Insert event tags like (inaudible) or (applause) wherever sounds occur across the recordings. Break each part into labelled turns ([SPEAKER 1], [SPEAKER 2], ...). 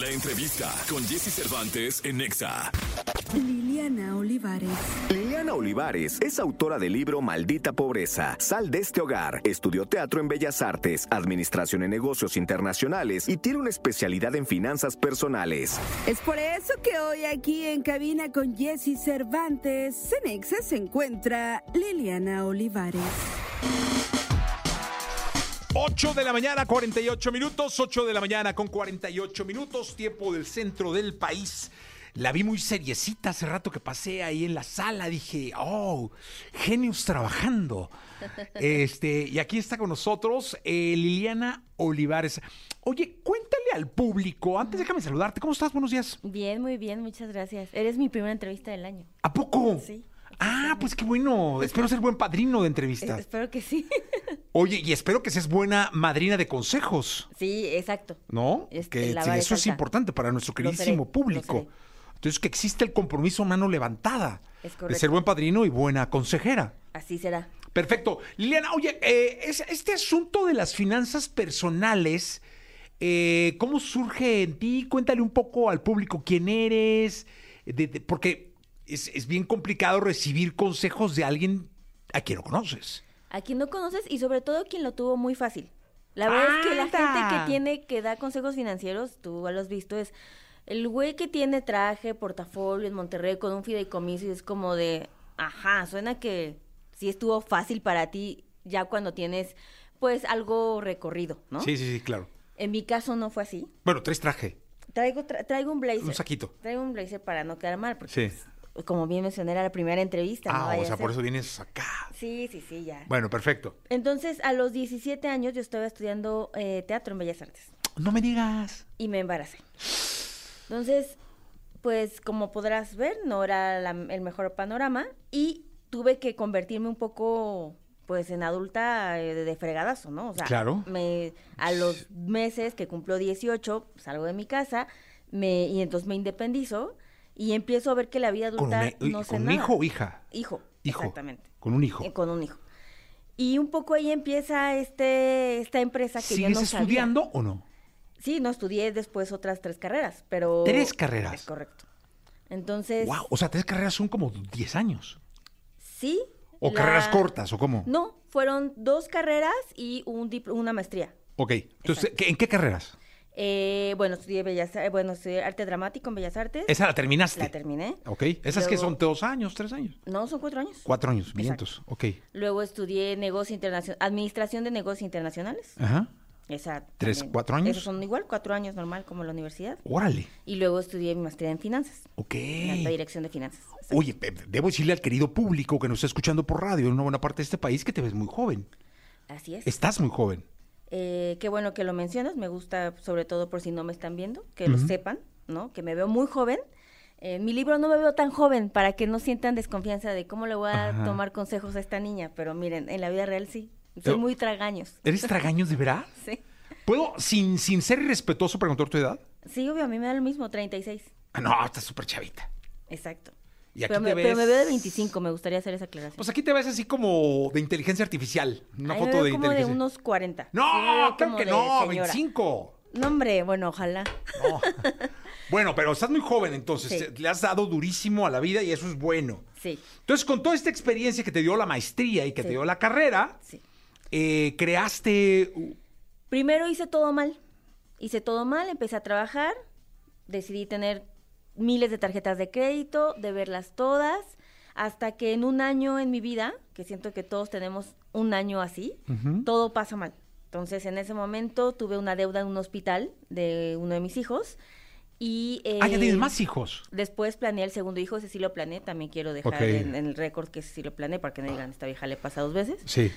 [SPEAKER 1] La entrevista con Jesse Cervantes en Nexa.
[SPEAKER 2] Liliana Olivares.
[SPEAKER 3] Liliana Olivares es autora del libro Maldita Pobreza, Sal de este hogar, estudió teatro en Bellas Artes, Administración en Negocios Internacionales y tiene una especialidad en finanzas personales.
[SPEAKER 2] Es por eso que hoy aquí en cabina con Jesse Cervantes, Cenexa se encuentra Liliana Olivares.
[SPEAKER 4] 8 de la mañana, 48 minutos. 8 de la mañana con 48 minutos. Tiempo del centro del país. La vi muy seriecita hace rato que pasé ahí en la sala. Dije, oh, genios trabajando.
[SPEAKER 5] (laughs)
[SPEAKER 4] Este, y aquí está con nosotros eh, Liliana Olivares. Oye, cuéntale al público. Antes déjame saludarte. ¿Cómo estás? Buenos días.
[SPEAKER 5] Bien, muy bien, muchas gracias. Eres mi primera entrevista del año.
[SPEAKER 4] ¿A poco?
[SPEAKER 5] Sí.
[SPEAKER 4] Ah, pues qué bueno. Espero ser buen padrino de
[SPEAKER 5] Es-
[SPEAKER 4] entrevistas.
[SPEAKER 5] espero que sí. (laughs)
[SPEAKER 4] Oye, y espero que seas buena madrina de consejos.
[SPEAKER 5] sí, exacto.
[SPEAKER 4] ¿no?
[SPEAKER 5] Este,
[SPEAKER 4] que
[SPEAKER 5] la
[SPEAKER 4] sí,
[SPEAKER 5] vara
[SPEAKER 4] eso
[SPEAKER 5] es
[SPEAKER 4] es
[SPEAKER 5] alta.
[SPEAKER 4] importante para nuestro
[SPEAKER 5] Lo seré,
[SPEAKER 4] queridísimo
[SPEAKER 5] lo
[SPEAKER 4] público.
[SPEAKER 5] seré.
[SPEAKER 4] Entonces, que existe el compromiso mano levantada
[SPEAKER 5] Es
[SPEAKER 4] de ser
[SPEAKER 5] correcto.
[SPEAKER 4] buen padrino y buena consejera.
[SPEAKER 5] Así será.
[SPEAKER 4] Perfecto. Liliana, oye, eh, es- este asunto de las finanzas personales, eh, ¿cómo surge en ti? Cuéntale un poco al público quién eres, de- de- porque es, es bien complicado recibir consejos de alguien a quien no conoces.
[SPEAKER 5] A quien no conoces y sobre todo quien lo tuvo muy fácil. La verdad es que la gente
[SPEAKER 4] ¡Anda!
[SPEAKER 5] que tiene, que da consejos financieros, tú lo has visto, es el güey que tiene traje, portafolio en Monterrey con un fideicomiso y es como de, ajá, suena que sí estuvo fácil para ti ya cuando tienes pues algo recorrido, ¿no?
[SPEAKER 4] Sí, sí, sí, claro.
[SPEAKER 5] En mi caso no fue así.
[SPEAKER 4] Bueno, tres traje,
[SPEAKER 5] Traigo, tra- traigo un blazer.
[SPEAKER 4] un saquito.
[SPEAKER 5] Traigo un blazer para no quedar mal, porque
[SPEAKER 4] Sí.
[SPEAKER 5] pues, como bien mencioné, era la primera entrevista. no
[SPEAKER 4] Ah,
[SPEAKER 5] vaya
[SPEAKER 4] o
[SPEAKER 5] a
[SPEAKER 4] sea, por
[SPEAKER 5] ser.
[SPEAKER 4] eso vienes acá.
[SPEAKER 5] Sí, sí, sí, ya.
[SPEAKER 4] Bueno, perfecto.
[SPEAKER 5] Entonces, a los 17 años yo estaba estudiando eh, teatro en Bellas Artes
[SPEAKER 4] No me digas.
[SPEAKER 5] y me embaracé. Entonces, pues como podrás ver, no era la- el mejor panorama y tuve que convertirme un poco pues en adulta eh, de, de fregadazo, ¿no? O sea,
[SPEAKER 4] Claro.
[SPEAKER 5] me- a los meses que cumplió 18, salgo de mi casa me, y entonces me independizo y empiezo a ver que la vida
[SPEAKER 4] Con, una-
[SPEAKER 5] adulta
[SPEAKER 4] uy,
[SPEAKER 5] no sé
[SPEAKER 4] con un
[SPEAKER 5] nada.
[SPEAKER 4] hijo o hija.
[SPEAKER 5] Hijo,
[SPEAKER 4] Hijo.
[SPEAKER 5] exactamente.
[SPEAKER 4] Con un hijo.
[SPEAKER 5] Eh, Con un hijo. Y un poco ahí empieza este esta empresa que yo
[SPEAKER 4] ¿Sigues
[SPEAKER 5] no sabía.
[SPEAKER 4] estudiando o no?
[SPEAKER 5] Sí, no estudié después otras tres carreras, pero
[SPEAKER 4] ¿Tres carreras?
[SPEAKER 5] Es correcto. Entonces,
[SPEAKER 4] Wow, o sea, tres carreras son como 10 años.
[SPEAKER 5] sí.
[SPEAKER 4] ¿O
[SPEAKER 5] la-
[SPEAKER 4] carreras cortas o cómo?
[SPEAKER 5] No, fueron dos carreras y un dipl- una maestría.
[SPEAKER 4] Ok, entonces, ¿qué- ¿en qué carreras?
[SPEAKER 5] Eh, bueno, estudié bellas, eh, bueno, estudié arte dramático en Bellas Artes.
[SPEAKER 4] Esa la terminaste.
[SPEAKER 5] La terminé.
[SPEAKER 4] Ok, esas que
[SPEAKER 5] Luego-
[SPEAKER 4] son dos años, tres años.
[SPEAKER 5] No, son cuatro años.
[SPEAKER 4] Cuatro años,
[SPEAKER 5] Exacto.
[SPEAKER 4] vientos. Ok.
[SPEAKER 5] Luego estudié negocio internacional, administración de negocios internacionales.
[SPEAKER 4] Ajá.
[SPEAKER 5] Esa
[SPEAKER 4] ¿Tres,
[SPEAKER 5] también.
[SPEAKER 4] cuatro años?
[SPEAKER 5] Esos son igual, cuatro años normal como la universidad.
[SPEAKER 4] Órale.
[SPEAKER 5] Y luego estudié mi maestría en finanzas,
[SPEAKER 4] Ok.
[SPEAKER 5] en alta dirección de finanzas.
[SPEAKER 4] Oye, pe- debo decirle al querido público que nos está escuchando por radio en una buena parte de este país que te ves muy joven.
[SPEAKER 5] Así es.
[SPEAKER 4] Estás muy joven.
[SPEAKER 5] Eh, qué bueno que lo mencionas, me gusta sobre todo por si no me están viendo, que lo sepan, ¿no? Que me veo muy joven. En mi libro no me veo tan joven para que no sientan desconfianza de cómo le voy a
[SPEAKER 4] Ajá.
[SPEAKER 5] tomar consejos a esta niña, pero miren, en la vida real sí, soy
[SPEAKER 4] Pero-
[SPEAKER 5] muy tragaños.
[SPEAKER 4] ¿Eres tragaños de verdad?
[SPEAKER 5] Sí,
[SPEAKER 4] ¿Puedo, sin, sin ser irrespetuoso, preguntar tu edad?
[SPEAKER 5] sí, obvio, a mí me da lo mismo, 36,
[SPEAKER 4] Ah, no, estás súper chavita.
[SPEAKER 5] exacto.
[SPEAKER 4] Y aquí
[SPEAKER 5] pero,
[SPEAKER 4] te
[SPEAKER 5] me, pero me
[SPEAKER 4] ves-
[SPEAKER 5] veo de 25, me gustaría hacer esa aclaración.
[SPEAKER 4] Pues aquí te ves así como de inteligencia artificial. Una
[SPEAKER 5] Ahí me
[SPEAKER 4] foto
[SPEAKER 5] veo
[SPEAKER 4] de
[SPEAKER 5] como de
[SPEAKER 4] inteligencia.
[SPEAKER 5] unos 40. sí me
[SPEAKER 4] No,
[SPEAKER 5] veo
[SPEAKER 4] claro
[SPEAKER 5] como
[SPEAKER 4] que
[SPEAKER 5] de
[SPEAKER 4] no,
[SPEAKER 5] señora.
[SPEAKER 4] 25.
[SPEAKER 5] No, hombre, bueno, ojalá.
[SPEAKER 4] No. bueno, pero estás muy joven entonces.
[SPEAKER 5] Sí.
[SPEAKER 4] te- Le has dado durísimo a la vida y eso es bueno.
[SPEAKER 5] Sí,
[SPEAKER 4] Entonces, con toda esta experiencia que te dio la maestría y que te
[SPEAKER 5] Sí.
[SPEAKER 4] dio la carrera,
[SPEAKER 5] sí.
[SPEAKER 4] eh, creaste.
[SPEAKER 5] Primero hice todo mal. Hice todo mal, empecé a trabajar, decidí tener miles de tarjetas de crédito, de verlas todas, hasta que en un año en mi vida, que siento que todos tenemos un año así,
[SPEAKER 4] Ujú.
[SPEAKER 5] todo pasa mal. Entonces, en ese momento tuve una deuda en un hospital de uno de mis hijos y...
[SPEAKER 4] Ah, ya
[SPEAKER 5] eh,
[SPEAKER 4] tienes más hijos.
[SPEAKER 5] Después planeé el segundo hijo, ese sí lo planeé, también quiero dejar
[SPEAKER 4] Ok.
[SPEAKER 5] en, en el récord que ese sí lo planeé para que no digan, esta vieja le pasa dos veces.
[SPEAKER 4] Sí.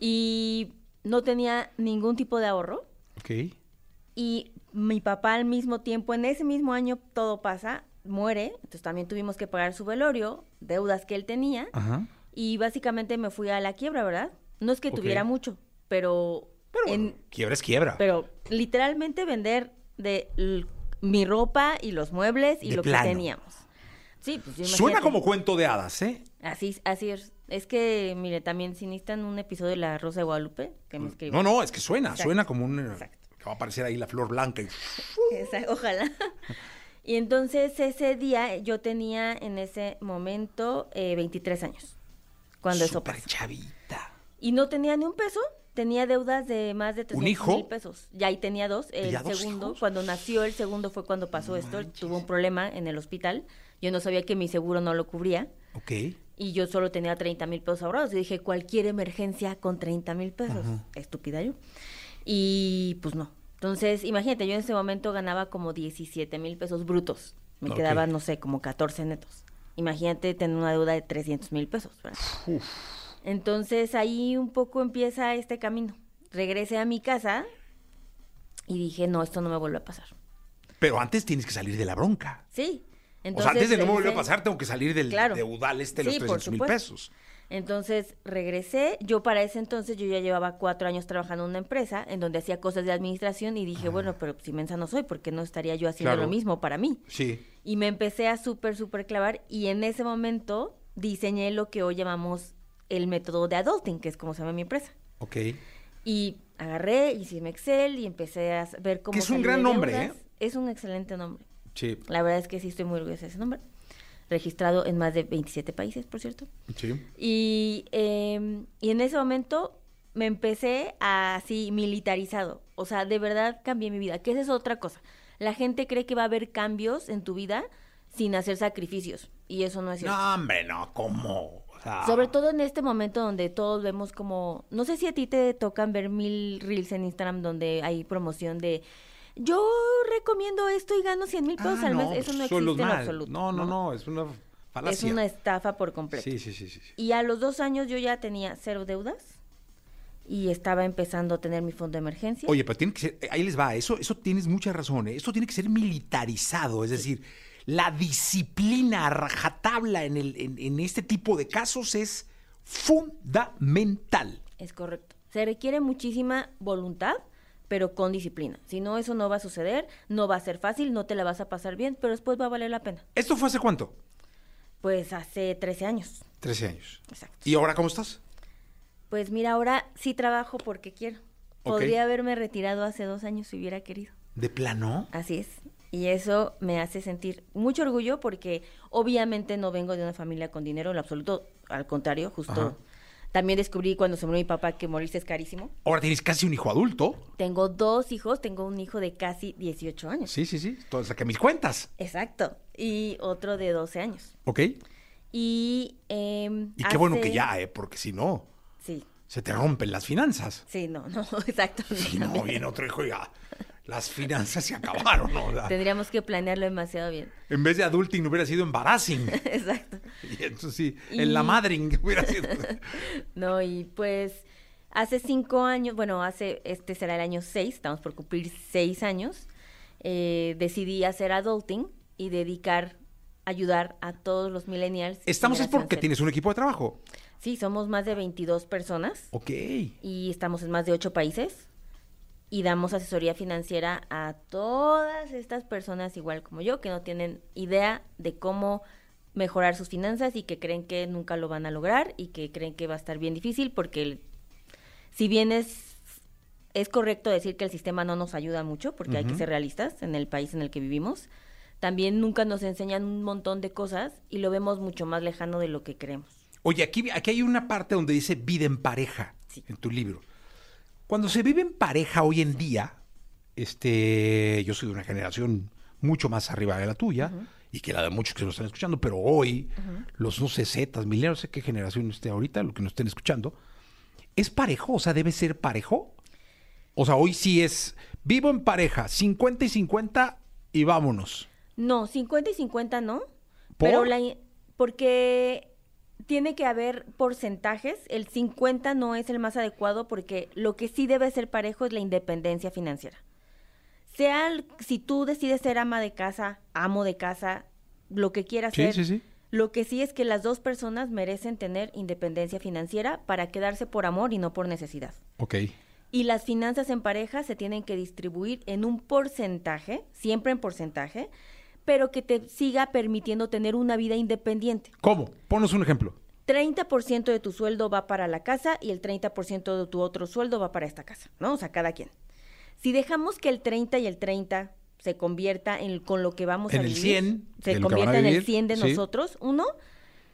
[SPEAKER 5] Y no tenía ningún tipo de ahorro
[SPEAKER 4] Ok.
[SPEAKER 5] y mi papá al mismo tiempo, en ese mismo año todo pasa, muere, entonces también tuvimos que pagar su velorio, deudas que él tenía
[SPEAKER 4] Ajá.
[SPEAKER 5] y básicamente me fui a la quiebra, ¿verdad? No es que
[SPEAKER 4] Ok.
[SPEAKER 5] tuviera mucho, pero...
[SPEAKER 4] Pero
[SPEAKER 5] en-
[SPEAKER 4] bueno, Ah. quiebra es quiebra.
[SPEAKER 5] pero literalmente vender de l- mi ropa y los muebles y
[SPEAKER 4] De
[SPEAKER 5] lo
[SPEAKER 4] plano.
[SPEAKER 5] que teníamos. Sí, pues yo
[SPEAKER 4] Suena
[SPEAKER 5] imagínate.
[SPEAKER 4] como cuento de hadas, ¿eh?
[SPEAKER 5] Así, así es. Es que, mire, también si necesitan un episodio de La Rosa de Guadalupe, que me escriban.
[SPEAKER 4] Mm. No, no, es que suena,
[SPEAKER 5] Exacto,
[SPEAKER 4] suena como un...
[SPEAKER 5] exacto.
[SPEAKER 4] Que va a aparecer ahí la flor blanca. y-
[SPEAKER 5] Esa- ojalá. Y entonces ese día yo tenía en ese momento eh, 23 años, cuando eso
[SPEAKER 4] Súper
[SPEAKER 5] pasó.
[SPEAKER 4] chavita.
[SPEAKER 5] Y no tenía ni un peso, tenía deudas de más de 300
[SPEAKER 4] hijo?
[SPEAKER 5] mil pesos. Ya ahí tenía dos, el
[SPEAKER 4] ya dos
[SPEAKER 5] segundo,
[SPEAKER 4] hijos?
[SPEAKER 5] cuando nació el segundo fue cuando pasó esto, tuvo un problema en el hospital, yo no sabía que mi seguro no lo cubría.
[SPEAKER 4] Ok.
[SPEAKER 5] Y yo solo tenía 30 mil pesos ahorrados. Y dije, cualquier emergencia con 30 mil pesos. Estúpida yo. Y pues no. Entonces, imagínate, yo en ese momento ganaba como 17 mil pesos brutos. Me
[SPEAKER 4] Ok.
[SPEAKER 5] quedaban, no sé, como 14 netos. Imagínate tener una deuda de 300 mil pesos. ¿verdad? Entonces ahí un poco empieza este camino. Regresé a mi casa y dije, no, esto no me vuelve a pasar.
[SPEAKER 4] Pero antes tienes que salir de la bronca.
[SPEAKER 5] Sí.
[SPEAKER 4] o sea, antes de no me volver a
[SPEAKER 5] regresé.
[SPEAKER 4] pasar, tengo que salir del
[SPEAKER 5] Claro.
[SPEAKER 4] deudal este de
[SPEAKER 5] Sí,
[SPEAKER 4] los
[SPEAKER 5] por
[SPEAKER 4] 300 mil
[SPEAKER 5] supuesto.
[SPEAKER 4] pesos.
[SPEAKER 5] Entonces regresé, yo para ese entonces yo ya llevaba cuatro años trabajando en una empresa en donde hacía cosas de administración y dije, bueno, pero si mensa no soy, porque no estaría yo haciendo
[SPEAKER 4] Ah. Claro.
[SPEAKER 5] lo mismo para mí?
[SPEAKER 4] Sí.
[SPEAKER 5] Y me empecé a súper, súper clavar y en ese momento diseñé lo que hoy llamamos el método de adulting, que es como se llama mi empresa.
[SPEAKER 4] Ok.
[SPEAKER 5] Y agarré, hice mi Excel y empecé a ver cómo...
[SPEAKER 4] Que es un
[SPEAKER 5] salir
[SPEAKER 4] gran
[SPEAKER 5] de
[SPEAKER 4] nombre,
[SPEAKER 5] deudas.
[SPEAKER 4] ¿eh?
[SPEAKER 5] Es un excelente nombre.
[SPEAKER 4] Sí.
[SPEAKER 5] La verdad es que sí estoy muy orgullosa de ese nombre. Registrado en más de 27 países, por cierto.
[SPEAKER 4] Sí.
[SPEAKER 5] Y, eh, y en ese momento me empecé a, así militarizado. O sea, de verdad cambié mi vida. Que esa es otra cosa. La gente cree que va a haber cambios en tu vida sin hacer sacrificios. Y eso no es cierto.
[SPEAKER 4] No, hombre, no, ¿cómo? O sea,
[SPEAKER 5] Sobre todo en este momento donde todos vemos como, no sé si a ti te tocan ver mil reels en Instagram donde hay promoción de, yo recomiendo esto y gano 100 mil pesos
[SPEAKER 4] Ah,
[SPEAKER 5] al mes.
[SPEAKER 4] no,
[SPEAKER 5] Eso no
[SPEAKER 4] son
[SPEAKER 5] existe
[SPEAKER 4] los
[SPEAKER 5] en
[SPEAKER 4] mal.
[SPEAKER 5] absoluto.
[SPEAKER 4] No, no, no, es una
[SPEAKER 5] Es
[SPEAKER 4] falacia.
[SPEAKER 5] una estafa por completo.
[SPEAKER 4] Sí, sí, sí, sí. sí.
[SPEAKER 5] Y a los dos años yo ya tenía cero deudas y estaba empezando a tener mi fondo de emergencia.
[SPEAKER 4] Oye, pero tiene que ser, ahí les va, eso, eso tienes mucha razón, ¿eh? esto tiene que ser militarizado, es decir, la disciplina a rajatabla en, el, en, en este tipo de casos es fundamental.
[SPEAKER 5] Es correcto. Se requiere muchísima voluntad, pero con disciplina. Si no, eso no va a suceder, no va a ser fácil, no te la vas a pasar bien, pero después va a valer la pena.
[SPEAKER 4] ¿Esto fue hace cuánto?
[SPEAKER 5] Pues hace 13 años.
[SPEAKER 4] 13 años.
[SPEAKER 5] Exacto.
[SPEAKER 4] ¿Y ahora cómo estás?
[SPEAKER 5] Pues mira, ahora sí trabajo porque quiero.
[SPEAKER 4] Ok.
[SPEAKER 5] Podría haberme retirado hace dos años si hubiera querido.
[SPEAKER 4] ¿De plano?
[SPEAKER 5] Así es. Y eso me hace sentir mucho orgullo porque obviamente no vengo de una familia con dinero en lo absoluto. Al contrario, justo.
[SPEAKER 4] Ajá.
[SPEAKER 5] También descubrí cuando se murió mi papá que morirse es carísimo.
[SPEAKER 4] Ahora tienes casi un hijo adulto.
[SPEAKER 5] Tengo dos hijos, tengo un hijo de casi 18 años.
[SPEAKER 4] Sí, sí, sí. Entonces, saqué mis cuentas.
[SPEAKER 5] Exacto. Y otro de 12 años.
[SPEAKER 4] ¿Ok? Y
[SPEAKER 5] Y... em,
[SPEAKER 4] qué
[SPEAKER 5] Ah,
[SPEAKER 4] bueno que ya, ¿eh? porque si no,
[SPEAKER 5] Sí,
[SPEAKER 4] se te rompen las finanzas.
[SPEAKER 5] sí, no, no, (laughs) exacto.
[SPEAKER 4] Si no,
[SPEAKER 5] también.
[SPEAKER 4] viene otro hijo y ya, las finanzas se acabaron. ¿no? O sea,
[SPEAKER 5] Tendríamos que planearlo demasiado bien. (laughs)
[SPEAKER 4] en vez de adulting hubiera sido embarrassing.
[SPEAKER 5] Exacto.
[SPEAKER 4] Y entonces sí,
[SPEAKER 5] Y-
[SPEAKER 4] en la madring hubiera
[SPEAKER 5] (laughs)
[SPEAKER 4] sido.
[SPEAKER 5] No, y pues hace cinco años, bueno, hace, este será el año seis, estamos por cumplir seis años, eh, decidí hacer adulting y dedicar, ayudar a todos los millennials. y
[SPEAKER 4] Estamos es
[SPEAKER 5] generación
[SPEAKER 4] porque
[SPEAKER 5] Z.
[SPEAKER 4] tienes un equipo de trabajo.
[SPEAKER 5] Sí, somos más de 22 personas
[SPEAKER 4] Ok.
[SPEAKER 5] y estamos en más de ocho países y damos asesoría financiera a todas estas personas igual como yo que no tienen idea de cómo mejorar sus finanzas y que creen que nunca lo van a lograr y que creen que va a estar bien difícil porque el- si bien es es correcto decir que el sistema no nos ayuda mucho porque hay que ser realistas en el país en el que vivimos también nunca nos enseñan un montón de cosas y lo vemos mucho más lejano de lo que creemos
[SPEAKER 4] Oye, aquí, aquí hay una parte donde dice vida en pareja
[SPEAKER 5] Sí.
[SPEAKER 4] en tu libro. Cuando se vive en pareja hoy en día, este, yo soy de una generación mucho más arriba de la tuya y que la de muchos que nos están escuchando, pero hoy, los no sé, zetas, milenios, no sé qué generación esté ahorita, lo que nos estén escuchando, ¿es parejo? O sea, ¿debe ser parejo? O sea, hoy sí es vivo en pareja, 50 y 50 y vámonos.
[SPEAKER 5] No, 50 y 50 no.
[SPEAKER 4] ¿Por?
[SPEAKER 5] Pero la i- porque tiene que haber porcentajes. El 50 no es el más adecuado porque lo que sí debe ser parejo es la independencia financiera. Sea el- si tú decides ser ama de casa, amo de casa, lo que quieras
[SPEAKER 4] Sí,
[SPEAKER 5] ser.
[SPEAKER 4] sí, sí.
[SPEAKER 5] Lo que sí es que las dos personas merecen tener independencia financiera para quedarse por amor y no por necesidad.
[SPEAKER 4] Ok.
[SPEAKER 5] Y las finanzas en pareja se tienen que distribuir en un porcentaje, siempre en porcentaje, pero que te siga permitiendo tener una vida independiente.
[SPEAKER 4] ¿Cómo? Ponos un ejemplo.
[SPEAKER 5] 30% de tu sueldo va para la casa y el 30% de tu otro sueldo va para esta casa, ¿no? O sea, cada quien. Si dejamos que el 30 y el 30 se convierta en, con lo que vamos
[SPEAKER 4] En
[SPEAKER 5] a
[SPEAKER 4] el
[SPEAKER 5] vivir.
[SPEAKER 4] 100 de
[SPEAKER 5] Se
[SPEAKER 4] lo que van a
[SPEAKER 5] convierta en el
[SPEAKER 4] vivir,
[SPEAKER 5] 100 de
[SPEAKER 4] sí.
[SPEAKER 5] nosotros. Uno,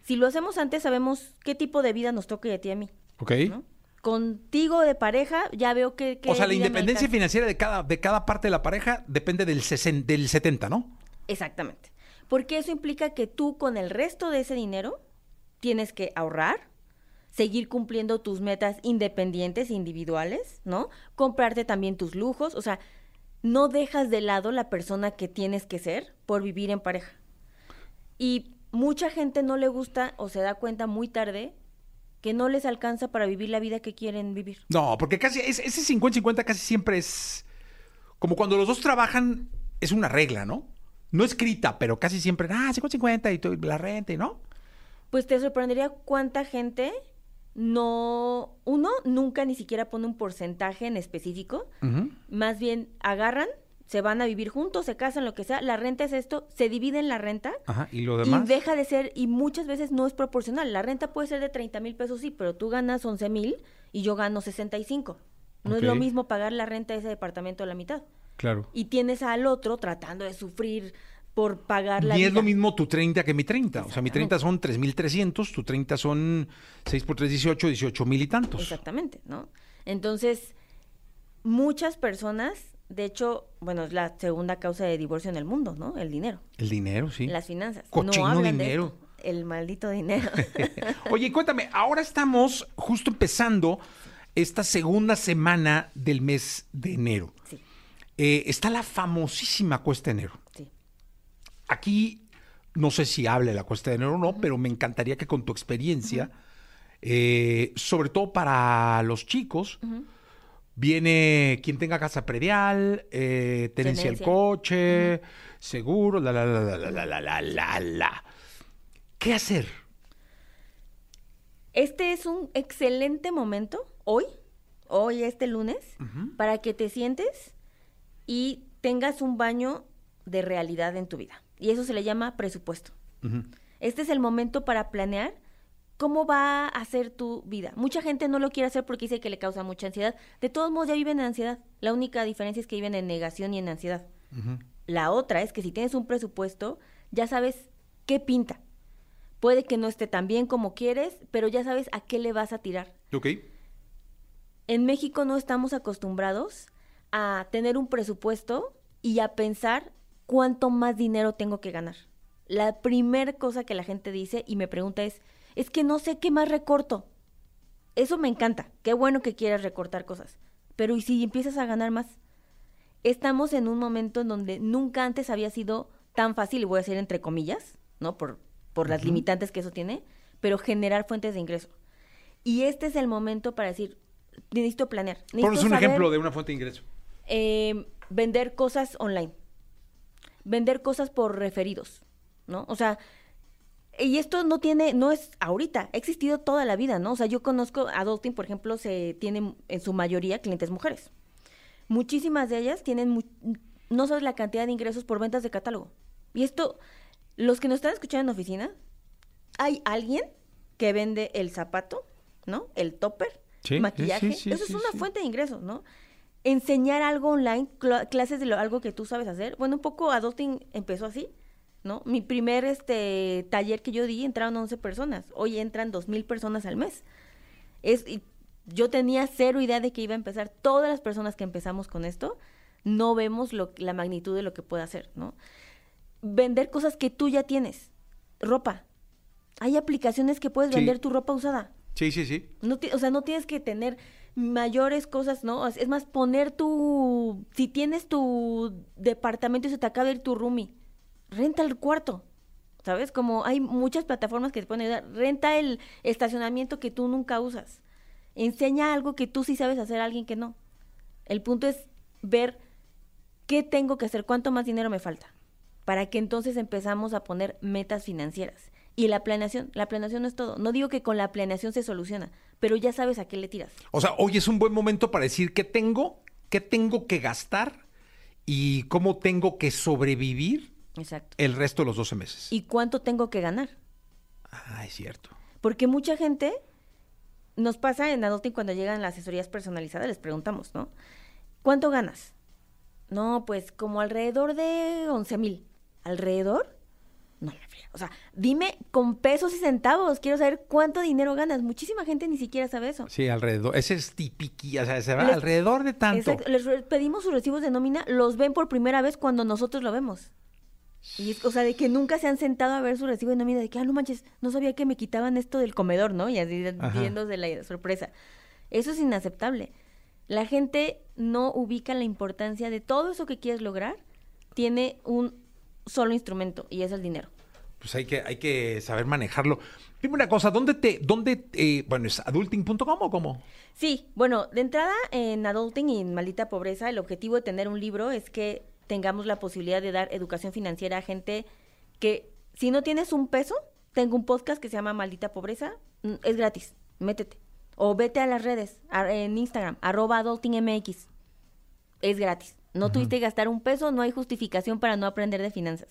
[SPEAKER 5] si lo hacemos antes, sabemos qué tipo de vida nos toca y a ti y a mí.
[SPEAKER 4] ¿Ok?
[SPEAKER 5] ¿no? Contigo de pareja, ya veo que...
[SPEAKER 4] O sea, la independencia financiera de cada, de cada parte de la pareja depende del, sesen- del 70, ¿no?
[SPEAKER 5] Exactamente. Porque eso implica que tú con el resto de ese dinero tienes que ahorrar, seguir cumpliendo tus metas independientes, individuales, ¿no? Comprarte también tus lujos, o sea, no dejas de lado la persona que tienes que ser por vivir en pareja. Y mucha gente no le gusta o se da cuenta muy tarde que no les alcanza para vivir la vida que quieren vivir.
[SPEAKER 4] No, porque casi es- ese 50-50 casi siempre es como cuando los dos trabajan, es una regla, ¿no? No escrita, pero casi siempre, ah, 50-50 y tú- la renta y no.
[SPEAKER 5] Pues te sorprendería cuánta gente no, uno nunca ni siquiera pone un porcentaje en específico,
[SPEAKER 4] Ujú.
[SPEAKER 5] más bien agarran, se van a vivir juntos, se casan, lo que sea, la renta es esto, se divide en la renta
[SPEAKER 4] Ajá, y lo
[SPEAKER 5] y
[SPEAKER 4] demás.
[SPEAKER 5] deja de ser, y muchas veces no es proporcional, la renta puede ser de 30 mil pesos, sí, pero tú ganas 11 mil y yo gano 65. No es lo
[SPEAKER 4] Ok.
[SPEAKER 5] mismo pagar la renta de ese departamento a la mitad.
[SPEAKER 4] Claro.
[SPEAKER 5] Y tienes al otro tratando de sufrir por pagar la
[SPEAKER 4] Ni es
[SPEAKER 5] vida.
[SPEAKER 4] lo mismo tu 30 que mi 30. O sea, mi 30 son 3.300, tu 30 son 6 por 3, 18, 18 mil y tantos.
[SPEAKER 5] Exactamente, ¿no? Entonces, muchas personas, de hecho, bueno, es la segunda causa de divorcio en el mundo, ¿no? El dinero,
[SPEAKER 4] El dinero, sí.
[SPEAKER 5] las finanzas.
[SPEAKER 4] Cochino
[SPEAKER 5] no hablan de
[SPEAKER 4] dinero.
[SPEAKER 5] esto. el
[SPEAKER 4] (laughs)
[SPEAKER 5] maldito dinero.
[SPEAKER 4] Oye, cuéntame, ahora estamos justo empezando esta segunda semana del mes de enero.
[SPEAKER 5] sí,
[SPEAKER 4] Eh, está la famosísima cuesta de enero.
[SPEAKER 5] sí.
[SPEAKER 4] Aquí no sé si hable la cuesta de enero o no, pero me encantaría que con tu experiencia, eh, sobre todo para los chicos, viene quien tenga casa predial, eh, tenencia del
[SPEAKER 5] Tenencia.
[SPEAKER 4] coche, seguro, la la la la la la la la la. ¿Qué hacer?
[SPEAKER 5] Este es un excelente momento, hoy, hoy este lunes, para que te sientes y tengas un baño de realidad en tu vida. Y eso se le llama presupuesto. Este es el momento para planear cómo va a ser tu vida. Mucha gente no lo quiere hacer porque dice que le causa mucha ansiedad. De todos modos, ya viven en ansiedad. La única diferencia es que viven en negación y en ansiedad. La otra es que si tienes un presupuesto, ya sabes qué pinta. Puede que no esté tan bien como quieres, pero ya sabes a qué le vas a tirar.
[SPEAKER 4] Ok.
[SPEAKER 5] En México no estamos acostumbrados a tener un presupuesto y a pensar cuánto más dinero tengo que ganar. La primera cosa que la gente dice y me pregunta es, es que no sé qué más recorto. Eso me encanta, qué bueno que quieras recortar cosas. Pero ¿y si empiezas a ganar más? Estamos en un momento en donde nunca antes había sido tan fácil, y voy a decir entre comillas, ¿no? Por, por las limitantes que eso tiene, pero generar fuentes de ingreso. Y este es el momento para decir, necesito planear. necesito
[SPEAKER 4] Ponos un
[SPEAKER 5] saber,
[SPEAKER 4] ejemplo de una fuente de ingreso.
[SPEAKER 5] eh, vender cosas online. Vender cosas por referidos, ¿no? O sea, y esto no tiene, no es ahorita, ha existido toda la vida, ¿no? O sea, yo conozco, Adulting, por ejemplo, se tienen en su mayoría clientes mujeres. Muchísimas de ellas tienen, mu- no sabes la cantidad de ingresos por ventas de catálogo. Y esto, los que nos están escuchando en oficina, hay alguien que vende el zapato, ¿no? El topper,
[SPEAKER 4] Sí, sí, sí,
[SPEAKER 5] maquillaje.
[SPEAKER 4] sí,
[SPEAKER 5] Eso
[SPEAKER 4] sí,
[SPEAKER 5] es una
[SPEAKER 4] sí.
[SPEAKER 5] fuente de ingresos, ¿no? Enseñar algo online, cla- clases de lo- algo que tú sabes hacer. Bueno, un poco Adulting empezó así, ¿no? Mi primer este taller que yo di entraron 11 personas. Hoy entran 2.000 personas al mes. Es, y yo tenía cero idea de que iba a empezar. Todas las personas que empezamos con esto no vemos lo, la magnitud de lo que puede hacer, ¿no? Vender cosas que tú ya tienes. Ropa. Hay aplicaciones que puedes
[SPEAKER 4] Sí.
[SPEAKER 5] vender tu ropa usada.
[SPEAKER 4] Sí, sí, sí.
[SPEAKER 5] No ti- o sea, no tienes que tener mayores cosas, ¿no? Es es más, poner tu... Si tienes tu departamento y se te acaba de ir tu roomie, renta el cuarto, ¿sabes? Como hay muchas plataformas que te pueden ayudar. Renta el estacionamiento que tú nunca usas. Enseña algo que tú sí sabes hacer a alguien que no. El punto es ver qué tengo que hacer, cuánto más dinero me falta, para que entonces empezamos a poner metas financieras. Y la planeación, la planeación no es todo. No digo que con la planeación se soluciona, pero ya sabes a qué le tiras.
[SPEAKER 4] O sea, hoy es un buen momento para decir qué tengo, qué tengo que gastar y cómo tengo que sobrevivir
[SPEAKER 5] Exacto.
[SPEAKER 4] el resto de los 12 meses.
[SPEAKER 5] ¿Y cuánto tengo que ganar?
[SPEAKER 4] Ah, es cierto.
[SPEAKER 5] Porque mucha gente nos pasa en Adulting cuando llegan las asesorías personalizadas, les preguntamos, ¿no? ¿Cuánto ganas? No, pues como alrededor de 11 mil. ¿Alrededor? No la friega. O sea, dime con pesos y centavos. Quiero saber cuánto dinero ganas. Muchísima gente ni siquiera sabe eso.
[SPEAKER 4] Sí, alrededor. Ese es tipiqui, o sea, se va
[SPEAKER 5] Les-
[SPEAKER 4] alrededor de tanto.
[SPEAKER 5] Exacto, Les re- pedimos sus recibos de nómina, los ven por primera vez cuando nosotros lo vemos. Y es, o sea, de que nunca se han sentado a ver su recibo de nómina, de que, ah, no manches, no sabía que me quitaban esto del comedor, ¿no? Y así
[SPEAKER 4] Ajá.
[SPEAKER 5] viéndose la sorpresa. Eso es inaceptable. La gente no ubica la importancia de todo eso que quieres lograr, tiene un solo instrumento y es el dinero.
[SPEAKER 4] Pues hay que, hay que saber manejarlo. Dime una cosa, ¿dónde te, dónde, eh, bueno, es adulting.com o cómo?
[SPEAKER 5] Sí, bueno, de entrada en Adulting y en Maldita Pobreza, el objetivo de tener un libro es que tengamos la posibilidad de dar educación financiera a gente que, si no tienes un peso, tengo un podcast que se llama Maldita Pobreza, mm, es gratis, métete. O vete a las redes, a- en Instagram, arroba AdultingMX, es gratis. No tuviste que gastar un peso, no hay justificación para no aprender de finanzas.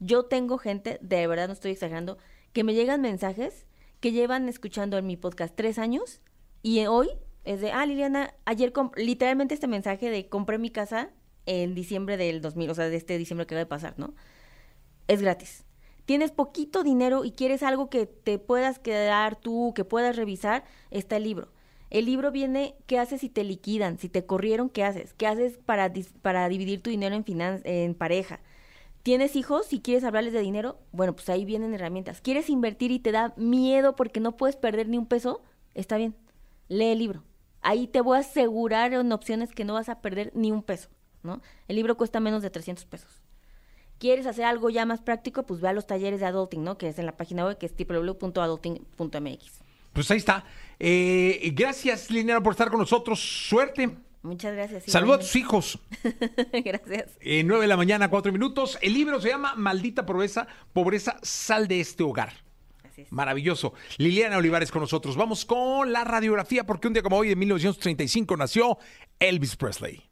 [SPEAKER 5] Yo tengo gente, de verdad no estoy exagerando, que me llegan mensajes que llevan escuchando en mi podcast tres años y hoy es de, ah, Liliana, ayer comp- literalmente este mensaje de compré mi casa en diciembre del 2000, o sea, de este diciembre que acaba de pasar, ¿no? es gratis. Tienes poquito dinero y quieres algo que te puedas quedar tú, que puedas revisar, está el libro. El libro viene, ¿qué haces si te liquidan? Si te corrieron, ¿qué haces? ¿Qué haces para, dis- para dividir tu dinero en, finan- en pareja? ¿Tienes hijos? Si quieres hablarles de dinero, bueno, pues ahí vienen herramientas. ¿Quieres invertir y te da miedo porque no puedes perder ni un peso? Está bien, lee el libro. Ahí te voy a asegurar en opciones que no vas a perder ni un peso, ¿no? El libro cuesta menos de 300 pesos. ¿Quieres hacer algo ya más práctico? Pues ve a los talleres de adulting, ¿no? Que es en la página web que es www.adulting.mx.
[SPEAKER 4] Pues ahí está. Eh, gracias, Liliana, por estar con nosotros. Suerte.
[SPEAKER 5] Muchas gracias.
[SPEAKER 4] Saludos a tus hijos.
[SPEAKER 5] igualmente. (laughs) gracias.
[SPEAKER 4] Eh, 9 de la mañana, 4 minutos. El libro se llama Maldita Pobreza, Pobreza, Sal de este hogar.
[SPEAKER 5] Así es.
[SPEAKER 4] Maravilloso. Liliana Olivares con nosotros. Vamos con la radiografía, porque un día como hoy, en 1935, nació Elvis Presley.